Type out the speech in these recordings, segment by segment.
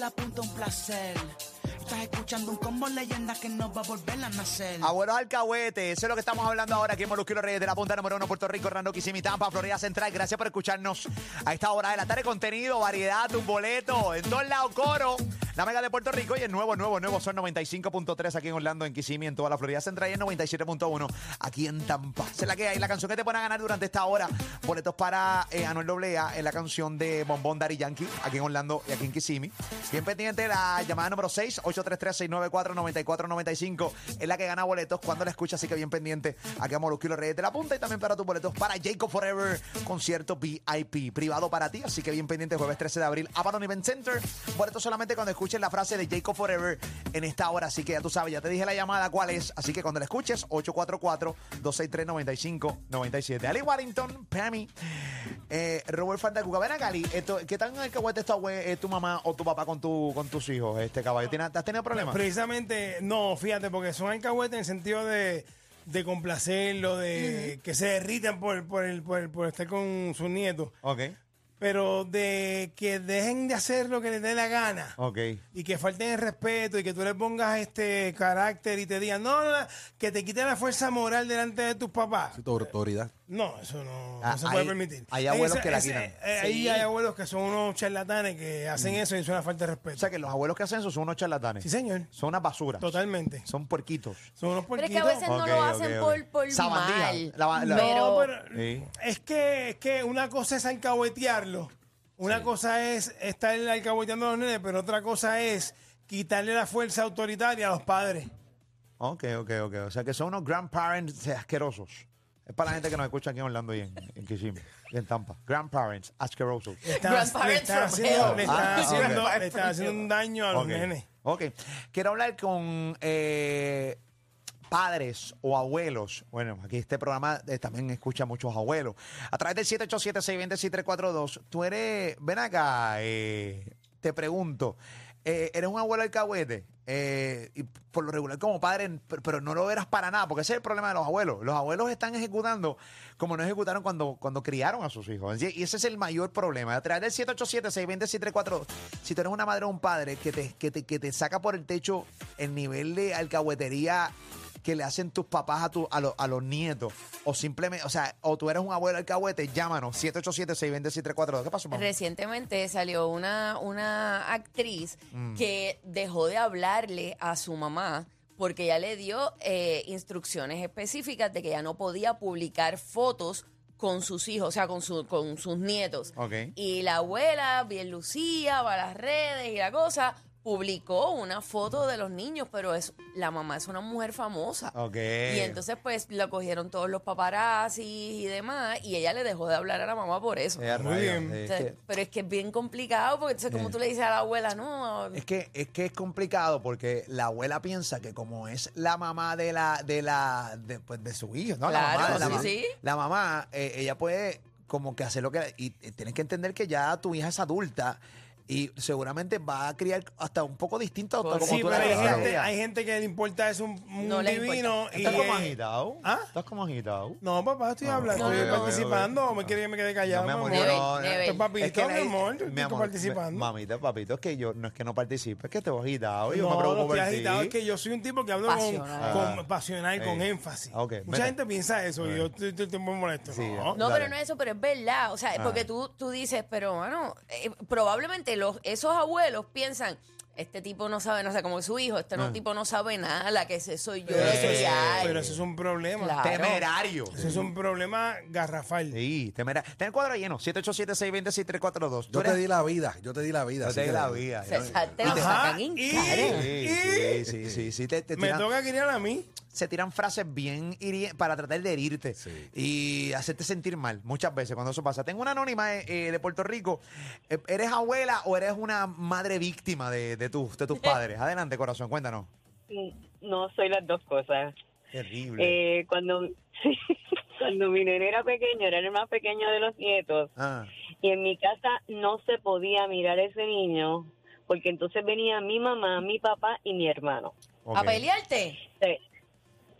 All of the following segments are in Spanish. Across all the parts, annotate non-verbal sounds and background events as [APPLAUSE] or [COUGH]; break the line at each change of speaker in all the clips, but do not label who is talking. la punta un placer. Estás escuchando un combo leyenda que no va a volver a nacer.
Abuelos Alcahuete, eso es lo que estamos hablando ahora aquí en Molusquero Reyes de la Punta número 1, Puerto Rico, Hernando Kissimmee, Tampa, Florida Central. Gracias por escucharnos a esta hora de la tarde. Contenido, variedad, un boleto, en todos lados, coro. La Mega de Puerto Rico y el nuevo, nuevo, nuevo son 95.3 aquí en Orlando, en Kissimmee, en toda la Florida Central y el 97.1 aquí en Tampa. Esa es la que hay. La canción que te ponen a ganar durante esta hora, boletos para eh, Anuel Doblea, es la canción de Bombón Daddy Yankee aquí en Orlando y aquí en Kissimmee. Bien pendiente la llamada número 6, 833-694-9495. Es la que gana boletos cuando la escucha, así que bien pendiente. Aquí a Molusco y los Reyes de la Punta y también para tus boletos para Jacob Forever, concierto VIP, privado para ti. Así que bien pendiente, jueves 13 de abril, Avalon Event Center. Boletos solamente cuando escuches la frase de Jacob Forever en esta hora. Así que ya tú sabes, ya te dije la llamada cuál es. Así que cuando la escuches, 844-263-9597. Ali Warrington, Pammy, eh, Robert Fantacuca. Ven acá, Ali, esto, ¿qué tan alcahuete está güey, eh, tu mamá o tu papá con, tu, con tus hijos, este caballo? ¿Tiene- ¿Has tenido problemas?
Precisamente, no, fíjate, porque son alcahuetes en el sentido de, de complacerlo, de que se derritan por, por, el, por, el- por estar con sus nietos,
Ok,
pero de que dejen de hacer lo que les dé la gana.
ok.
Y que falten el respeto y que tú les pongas este carácter y te digan, no, no, no", que te quiten la fuerza moral delante de tus papás.
Sí, tu autoridad.
No, eso no,
Ah,
no se
hay-
puede permitir.
hay abuelos que la quitan.
quieren eh, Ahí hay abuelos que son unos charlatanes que hacen eso y es una falta de respeto.
O sea que los abuelos que hacen eso son unos charlatanes.
sí, señor.
Son unas basuras.
Totalmente.
Son puerquitos.
Son unos
Pero es que a
puerquitos.
veces no
Ok,
lo
ok,
hacen
ok.
por, por
Sabandija.
mal.
La- la-
No,
pero,
pero
Sí.
es, que, es que una cosa es alcahuetearlo. Una cosa es estar alcahueteando a los nenes, pero otra cosa es quitarle la fuerza autoritaria a los padres.
Ok, ok, ok. O sea que son unos grandparents asquerosos. Es para la gente que nos escucha aquí en Orlando y en, en Kissimmee y en Tampa. Grandparents asquerosos.
Le están,
Grandparents
le están
from
haciendo,
hell.
le están
Ah, ok.
haciendo- le
Grandparents
están
from
haciendo
hell.
un daño a los
Ok,
nenes.
Ok. Quiero hablar con eh, padres o abuelos. Bueno, aquí este programa eh, también escucha a muchos abuelos. A través del 787-620-6342, tú eres. Ven acá, eh, te pregunto. eh, eres un abuelo alcahuete. eh, y por lo regular como padre, pero- pero no lo verás para nada, porque ese es el problema de los abuelos. Los abuelos están ejecutando como no ejecutaron cuando, cuando criaron a sus hijos. Y ese es el mayor problema. A través del 787-620-6342, si tú eres una madre o un padre que te, que, te, que te saca por el techo el nivel de alcahuetería que le hacen tus papás a, tu, a, lo- a los nietos, o simplemente, o sea, o tú eres un abuelo alcahuete, llámanos, 787-620-6342. ¿Qué pasó, mamá?
Recientemente salió una, una actriz
Mm.
que dejó de hablarle a su mamá porque ella le dio eh, instrucciones específicas de que ella no podía publicar fotos con sus hijos, o sea, con, su- con sus nietos.
Ok.
Y la abuela, bien lucía, va a las redes y la cosa, publicó una foto de los niños, pero es la mamá es una mujer famosa.
Ok.
Y entonces pues la cogieron todos los paparazzis y demás, y ella le dejó de hablar a la mamá por eso.
Eh,
Muy
rayos,
bien.
eh,
O sea,
que- Eh.
pero es que es bien complicado porque entonces como tú le dices a la abuela, no,
Es que, es que es complicado porque la abuela piensa que como es la mamá de la, de la, de, pues, de su hijo, ¿no?
Claro,
la mamá, de la,
sí,
ma-
sí.
la mamá, eh, ella puede como que hacer lo que y eh, tienes que entender que ya tu hija es adulta y seguramente va a criar hasta un poco distinto a
Por-
como
Pues Sí,
tú
pero
la
hay
criaste.
gente, hay gente que le importa eso un, un
No le
divino. Y,
Estás como Ah,
eh,
agitado.
¿Ah?
Estás como agitado.
no, papá, estoy hablando,
no,
estoy
no, no.
participando. ¿Me quiere que me quede callado?
No, mi amor,
mi amor?
Never,
no, no.
never.
Esto es papito,
Es que
mi
la-
amor, yo estoy participando.
Mamita, papito, es que yo no es que no participe, es que te agitado. Yo
no,
me preocupo
lo que
por
ha
ti.
agitado es que yo soy un tipo que hablo con,
Pasional.
con pasional,
Ah,
con
eh.
énfasis.
Ok,
Mucha
vete.
gente piensa eso y yo estoy, estoy- estoy muy molesto.
Sí,
no.
No,
Dale. Ah.
pero no es eso, pero es verdad. O sea, porque tú, tú dices, pero, mano, eh, probablemente los, esos abuelos piensan, este tipo no sabe, no sé, como su hijo, este
Ah.
no, tipo no sabe nada, la que sé soy yo,
Pero,
lo
eso es,
que hay.
pero eso es un problema.
Claro.
Temerario.
Eso es un problema garrafal.
Sí, te mira. Ten el cuadro lleno. 787-620-6342.
Yo te di la vida, yo te di la vida.
Yo
así
te di
que-
la vida.
Se-
Yo-
te lo
Ajá,
sacan en
y-
cara.
Sí, sí, sí, sí, sí, te- te
Me
tiran-
toca criar a mí.
se tiran frases bien hiri- para tratar de herirte
Sí.
y hacerte sentir mal muchas veces cuando eso pasa. Tengo una anónima eh, eh, de Puerto Rico. Eh, ¿Eres abuela o eres una madre víctima de, de tus, de tus padres? Adelante, corazón, cuéntanos.
Mm, No, soy las dos cosas.
Terrible.
Eh, cuando, [LAUGHS] cuando mi nene era pequeño, era el más pequeño de los nietos,
Ah,
y en mi casa no se podía mirar ese niño, porque entonces venía mi mamá, mi papá y mi hermano.
ok.
¿A pelearte?
Eh,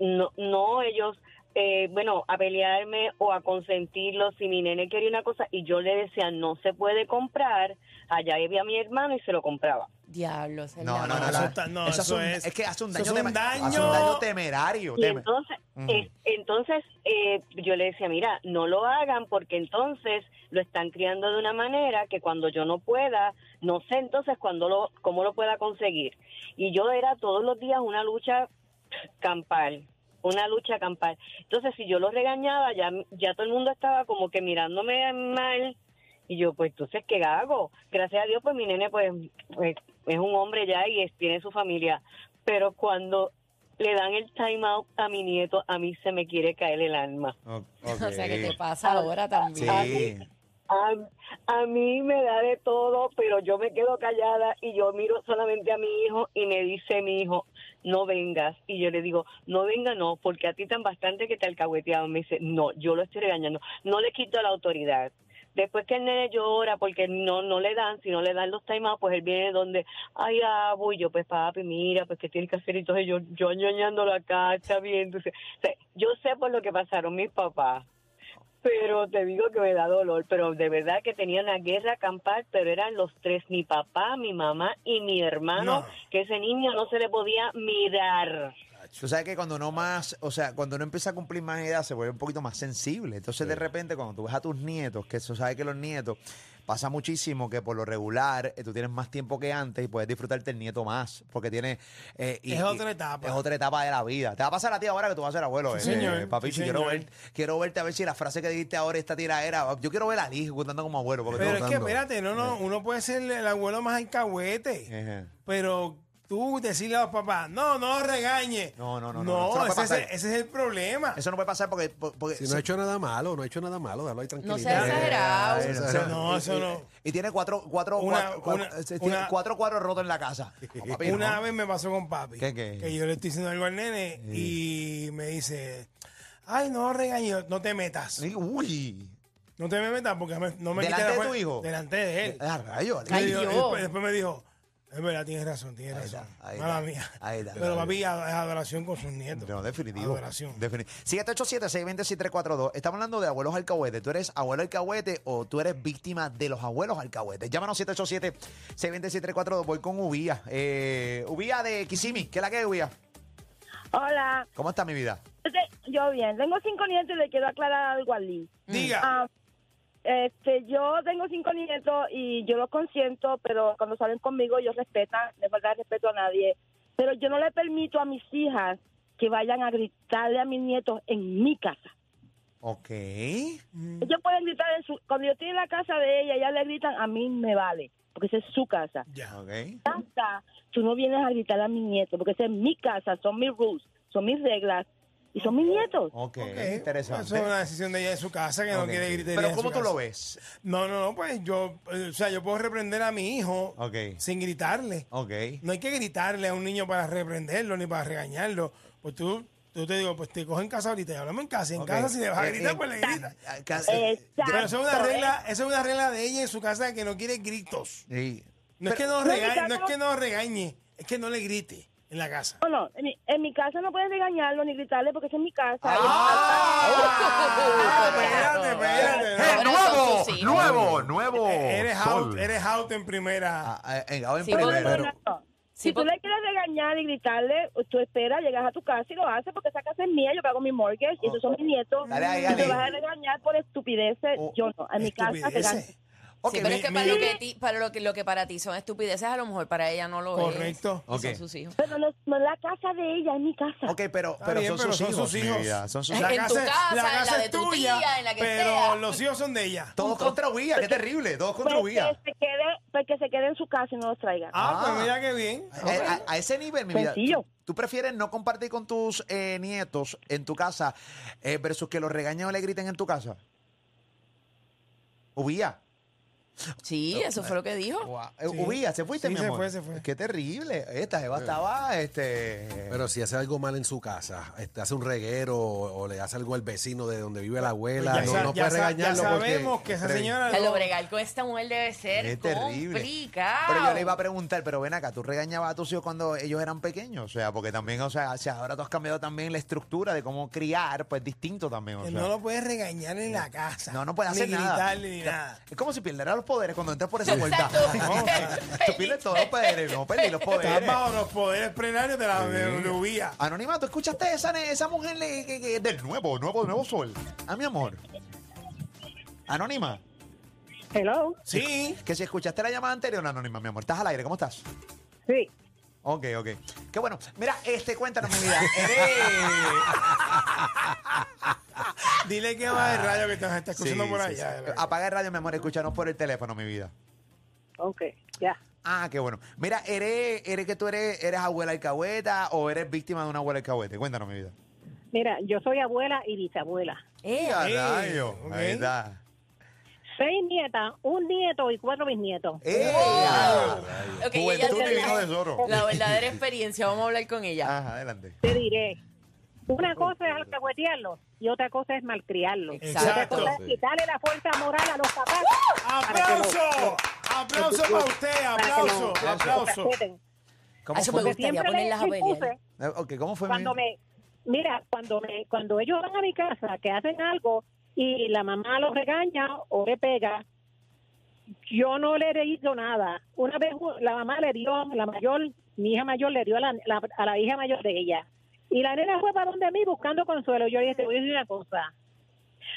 no, no ellos, eh, bueno, a pelearme o a consentirlo. Si mi nene quería una cosa y yo le decía no se puede comprar, allá iba mi hermano y se lo compraba.
Diablo, esa es
No,
la
no, no,
mala.
eso
no.
está- no,
hace
eso
un-
es-
que hace un
eso
daño,
es
tema-
un
hace
daño.
un daño temerario.
Y
tema-
entonces, es- entonces eh, yo le decía, mira, no lo hagan porque entonces lo están criando de una manera que cuando yo no pueda, no sé entonces cuando lo, cómo lo pueda conseguir. Y yo era todos los días una lucha campal, una lucha campal. Entonces, si yo lo regañaba, ya, ya todo el mundo estaba como que mirándome mal. Y yo, pues entonces, ¿qué hago? Gracias a Dios, pues mi nene, pues, pues, es un hombre ya y es- tiene su familia. Pero cuando le dan el time out a mi nieto, a mí se me quiere caer el alma.
O-
[LAUGHS] O sea, que te Ah,
ok.
pasa ahora también.
Sí.
A, a mí me da de todo, pero yo me quedo callada y yo miro solamente a mi hijo y me dice mi hijo, no vengas. Y yo le digo, no venga, no, porque a ti tan bastante que te alcahueteaban. Me dice, no, yo lo estoy regañando. No le quito la autoridad. Después que el nene llora porque no no le dan, si no le dan los time out, pues él viene donde, ay, abu, y yo, pues papi, mira, pues qué tienes que hacer. Y entonces yo, yo ñoñando la cacha, bien. Entonces, o sea, yo sé por lo que pasaron mis papás. Pero te digo que me da dolor, pero de verdad que tenía una guerra campal, pero eran los tres, mi papá, mi mamá y mi hermano,
No.
que ese niño no se le podía mirar.
Tú sabes que cuando uno más, o sea, cuando uno empieza a cumplir más edad, se vuelve un poquito más sensible. Entonces, de repente, cuando tú ves a tus nietos, que tú sabes que los nietos, pasa muchísimo que por lo regular eh, tú tienes más tiempo que antes y puedes disfrutarte el nieto más, porque tiene... eh, y-
Es
y-
otra etapa.
Es otra etapa de la vida. Te va a pasar a ti ahora que tú vas a ser abuelo,
Sí,
eh,
señor.
papi.
Sí,
si quiero,
señor.
ver, quiero verte a ver si la frase que dijiste ahora, esta tira era... Yo quiero ver al hijo contando como abuelo. Porque
Pero
tú-
es que, espérate, no, no, uno puede ser el abuelo más alcahuete,
Ejé.
pero tú decirle a los papás, no, no regañe.
No, no, no, no,
No,
eso no puede
ese, es el,
pasar.
ese es el problema.
Eso no puede pasar porque... porque
Si no ha hecho nada malo, no ha hecho nada malo, déjalo ahí tranquilo.
No seas exagerado.
Ay, no,
Eso no, eso no.
Y tiene cuatro, cuatro,
Una-
cuatro, cuatro-
una-
eh, tiene
una-
cuatro cuadros rotos en la
[LAUGHS]
casa. No, papi,
Una
no.
vez me pasó con papi.
¿Qué, qué?
Que yo le estoy diciendo algo al nene y me dice, ay, no regañe, no te metas.
Sí, Uy.
No te me metas porque me- no me
¿Delante
quite la
de
fuer-
tu hijo?
Delante de él.
Ah, rayos.
Ay,
Y yo- y
Dios.
después, después me dijo, es verdad, tienes razón, tienes
Ahí
razón.
está, ahí
Mala
está,
mía.
ahí está.
Pero papi es adoración con sus nietos.
No, definitivo.
Adoración.
Definitivo. 787-620-6342. Estamos hablando de abuelos alcahuetes. ¿Tú eres abuelo alcahuete o tú eres víctima de los abuelos alcahuetes? Llámanos 787-620-6342. Voy con Ubía. Eh, Ubía de Kisimi. ¿Qué es la que es, Ubía?
Hola,
¿Cómo está mi vida?
yo te- yo bien, tengo cinco nietos y le quiero aclarar algo a Lee.
Diga.
Ah, este, yo tengo cinco nietos y yo los consiento, pero cuando salen conmigo ellos respetan, no falta de respeto a nadie. Pero yo no le permito a mis hijas que vayan a gritarle a mis nietos en mi casa.
Ok. Mm.
Ellos pueden gritar en su... Cuando yo estoy en la casa de ella, ya le gritan, a mí me vale, porque esa es su casa.
Ya.
Ok.
Casa, tú no vienes a gritar a mis nietos, porque esa es mi casa, son mis rules, son mis reglas y son mis nietos.
Ok.
Ok. Eso
Interesante.
es una decisión de ella de su casa que no
Ok.
quiere gritar.
Pero ¿cómo tú lo ves?
No, no, no, pues yo, eh, o sea, yo puedo reprender a mi hijo
Ok.
sin gritarle.
Ok.
No hay que gritarle a un niño para reprenderlo ni para regañarlo. Pues tú, tú te digo, pues te cojo en casa ahorita y hablamos en casa. En
Ok.
casa si le vas a
Eh,
gritar,
eh,
pues le gritas.
ah, casi-
Exacto.
Pero eso es una
eh.
regla, eso es una regla de ella en su casa que no quiere gritos.
Sí.
No es que no
No,
regañe, no es
Ricardo.
que no regañe, es que no le grite en la casa.
No, no, en mi, en mi casa no puedes regañarlo ni gritarle porque esa es mi casa.
Ah.
Ah, espérate, espérate. Eh,
Pero eso
eh, nuevo,
sí.
nuevo, nuevo.
E-, Eres
Oh, Sol.
out, eres out en primera.
Ah, ah, en- ahora en
Sí, porque-
No, no,
primero.
no, no.
Sí,
si tú
porque-
le quieres regañar y gritarle, tú esperas, llegas a tu casa y lo haces porque esa casa es mía, yo pago mi mortgage y esos son mis nietos.
Dale ahí,
Si
dale.
te vas a regañar por estupideces,
Oh,
yo no. En mi casa te
Estupideces.
ganas.
Ok,
Sí, pero es
mi-
que,
mi-
para, lo que ti- para lo que lo que para ti son estupideces, a lo mejor para ella no lo
Correcto.
es. Y
Ok.
Son sus hijos.
Pero no, no es la casa de ella, es mi casa.
ok, pero,
Está
pero
bien,
son sus hijos. mi vida, Son sus
En
La
tu
hijos.
casa,
casa,
la
en la
casa
de
es
tu
tuya,
tía, en la que
pero
sea.
los hijos son de ella.
Todos contra Ubía, qué terrible. Todos
Pues
contra
que,
Ubía.
se quede, pues que se quede en su casa y no los traiga.
Ah,
Ah.
pues mira qué bien.
A, a- eh, a ese nivel, mi vida.
Sencillo.
¿tú, tú prefieres no compartir con tus eh, nietos en tu casa eh, versus que los regañen o le griten en tu casa? Ubía.
Sí, eso fue lo que dijo.
Guau. Eh,
Sí.
Ubía, se fuiste,
Sí,
mi
se
amor.
fue, se fue.
Qué terrible. Esta Eva estaba, este.
Pero si hace algo mal en su casa, este, hace un reguero o, o le hace algo al vecino de donde vive la abuela,
Pues Ya
no,
sa-
no
ya
puede
sa-
regañarlo
Ya
porque-
sabemos que esa
Atrevi.
señora.
El
no-
obregar con esta mujer debe ser
Es terrible.
complicado.
Pero yo le iba a preguntar, pero ven acá, tú regañabas a tus hijos cuando ellos eran pequeños, o sea, porque también, o sea, o sea, ahora tú has cambiado también la estructura de cómo criar, pues distinto también, o
que
sea.
no lo puedes regañar en la casa.
no, no puede hacer
ni
nada.
Ni gritarle ni nada.
Es como si perdiera los poderes cuando entras por esa puerta. [LAUGHS] No,
[LAUGHS]
tú pierdes todos los poderes. No, perdí los
Estás
poderes.
bajo Pues, los poderes plenarios Ah, de la WIA.
Anónima, ¿tú escuchaste esa, ne- esa mujer le- que- que- del nuevo, nuevo, nuevo sol? Ah, mi amor. Anónima,
Hello.
Sí.
que si escuchaste la llamada anterior, Anónima, mi amor, estás al aire, ¿cómo estás?
Sí.
Ok, ok. Qué bueno. Mira, este, cuéntanos mi
[LAUGHS]
vida. Eres-
Dile que va el radio que te está escuchando
Ah. Sí,
por
sí,
allá.
sí.
de verdad.
Apaga el radio, mi amor, escúchanos por el teléfono, mi vida.
Ok, ya.
Ah, qué bueno. Mira, ¿eres, eres que tú eres, eres abuela alcahueta o eres víctima de una abuela alcahuete? Cuéntanos, mi vida.
Mira, yo soy abuela y bisabuela.
Eh,
¡Ya,
eh,
rayo!
ok.
Ahí está.
Seis nietas, un nieto y cuatro bisnietos.
¡Eh!
ok, ella
Juventud
te-
divino tesoro.
La verdadera experiencia, vamos a hablar con ella.
Ajá, adelante.
Te diré, una cosa es alcahuetearlo y otra cosa es malcriarlo.
Exacto.
Otra cosa es quitarle la fuerza moral a los papás.
¡Uh!
para que lo-
¡Aplauso! ¡Aplauso para usted!
para que
¡Aplauso!
lo-
¡Aplauso!
respeten.
¿Cómo
Eso
fue?
me
Porque
gustaría
siempre les
ponerlas a pelear.
impuse
Eh, Ok, ¿cómo fue?
cuando
mi-
me mira cuando me cuando ellos van a mi casa que hacen algo y la mamá los regaña o le pega yo no le he dicho nada una vez u- la mamá le dio la mayor mi hija mayor le dio a la, la- a la hija mayor de ella y la nena fue para donde mí buscando consuelo yo le dije te voy a decir una cosa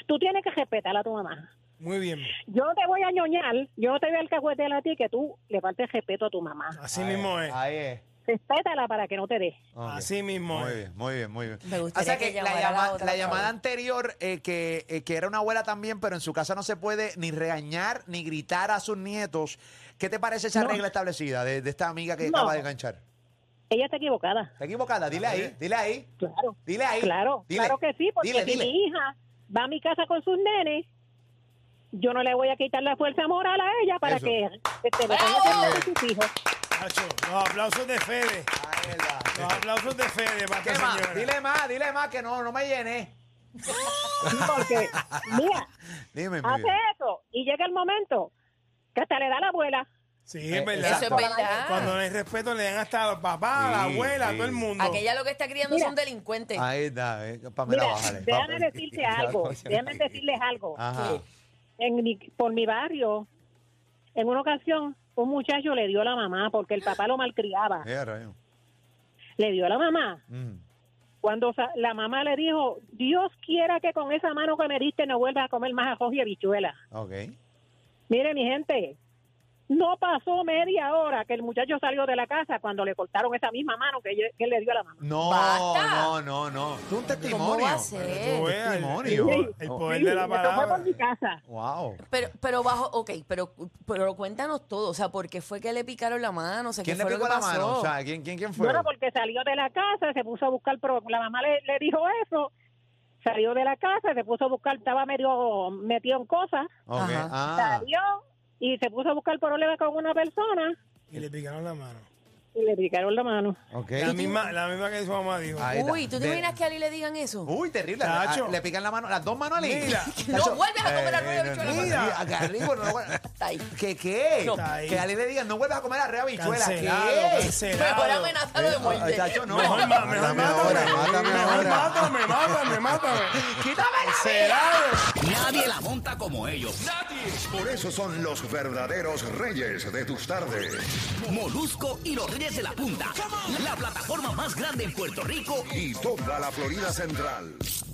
tú tienes que respetar a tu mamá
Muy bien.
yo no te voy a ñoñar yo no te voy a alcahuetear a ti que tú le faltes respeto a tu mamá
Así
Ahí
mismo es.
Ah, Ahí es.
respétala para que no te dé
Ok.
Así mismo
Muy
es.
bien, muy bien, muy bien.
Me
O
gustaría
sea que
que
la,
llamara
llama-
la otra
la
otra
llamada
vez.
anterior, eh, que, eh, que era una abuela también, pero en su casa no se puede ni regañar ni gritar a sus nietos. ¿Qué te parece esa
No.
regla establecida de, de esta amiga que
No.
acaba de enganchar?
ella está equivocada
¿Está equivocada? Dile ahí, dile ahí.
Claro.
Dile ahí.
Claro,
Dile.
claro que sí, porque
Dile,
si
dile.
mi hija va a mi casa con sus nenes, yo no le voy a quitar la fuerza moral a ella para
Eso. ¡Eh!
que este, le tenga que hablar de sus hijos.
Nacho, los aplausos de Fede.
Ahí está.
Los aplausos de Fede para
¿Qué
esta
más?
señora.
Dile más, dile más que no, no me llené.
Sí,
[LAUGHS]
Porque, mira,
Dime, mi
hace
vida.
eso y llega el momento que hasta le da la abuela.
Sí,
Eh,
es verdad.
Eso es verdad.
Cuando no hay respeto le dan hasta a los papás, a la
Sí,
abuela, a
sí.
todo el mundo.
Aquella lo que está criando es
Mira.
un delincuente.
Ahí está, eh, Pamela,
pues. Mira,
bájale.
déjame
Pamela. [LAUGHS]
decirte algo, déjame decirles algo.
Ajá.
En mi- por mi barrio, en una ocasión, un muchacho le dio a la mamá porque el papá lo malcriaba.
Mira, rayo.
Le dio a la mamá.
Mm.
cuando sa- la mamá le dijo, Dios quiera que con esa mano que me diste no vuelvas a comer más ajos y habichuela.
Ok.
Mire, mi gente, no pasó media hora que el muchacho salió de la casa cuando le cortaron esa misma mano que, ella- que él le dio a la mamá.
No,
Basta.
no, no, no. Es un testimonio.
¿Cómo va a
Para que
ser?
tú veas el-
Testimonio.
El, el poder
Sí,
de la
eso fue
palabra.
por mi casa.
Wow.
Pero, pero bajo, ok, pero, pero cuéntanos todo, o sea, ¿por qué fue que le picaron la mano? O sea,
¿Quién
¿qué
le
fue lo
picó
que
la
pasó?
mano? O sea, ¿quién, quién, quién fue?
Bueno, porque salió de la casa, se puso a buscar, pro- la mamá le, le dijo eso, salió de la casa, se puso a buscar, estaba medio metido en cosas,
Ok,
Ajá.
ah.
salió y se puso a buscar problemas con una persona
Y le picaron la mano.
y le picaron la mano.
Ok.
La misma, la misma que su mamá dijo.
Ahí está.
Uy, ¿tú
De-
te imaginas que a Ali le digan eso?
Uy, terrible.
Chacho.
Ah, Le pican la mano, las dos manos a Lee.
Mira.
No vuelves a comer arroz y habichuela.
eh, Mira, acá arriba no lo vuelves-
Está ahí.
¿Qué qué?
No.
Está ahí.
Que a Lee le digan, no vuelvas a comer arroz y habichuela.
Cancelado,
¿Qué?
Mejor
cancelado.
amenazado de
Ay,
muerte.
eh, chacho, no.
Mejor, ma- mejor
Mátame ahora,
mátame,
mátame
mejor
ahora.
mátame, mátame, mátame.
Quítame la
Cancelado.
Nadie la monta como ellos.
Por eso son los verdaderos reyes de tus tardes.
Molusco y los Reyes de la Punta. La plataforma más grande en Puerto Rico
Y toda la Florida Central.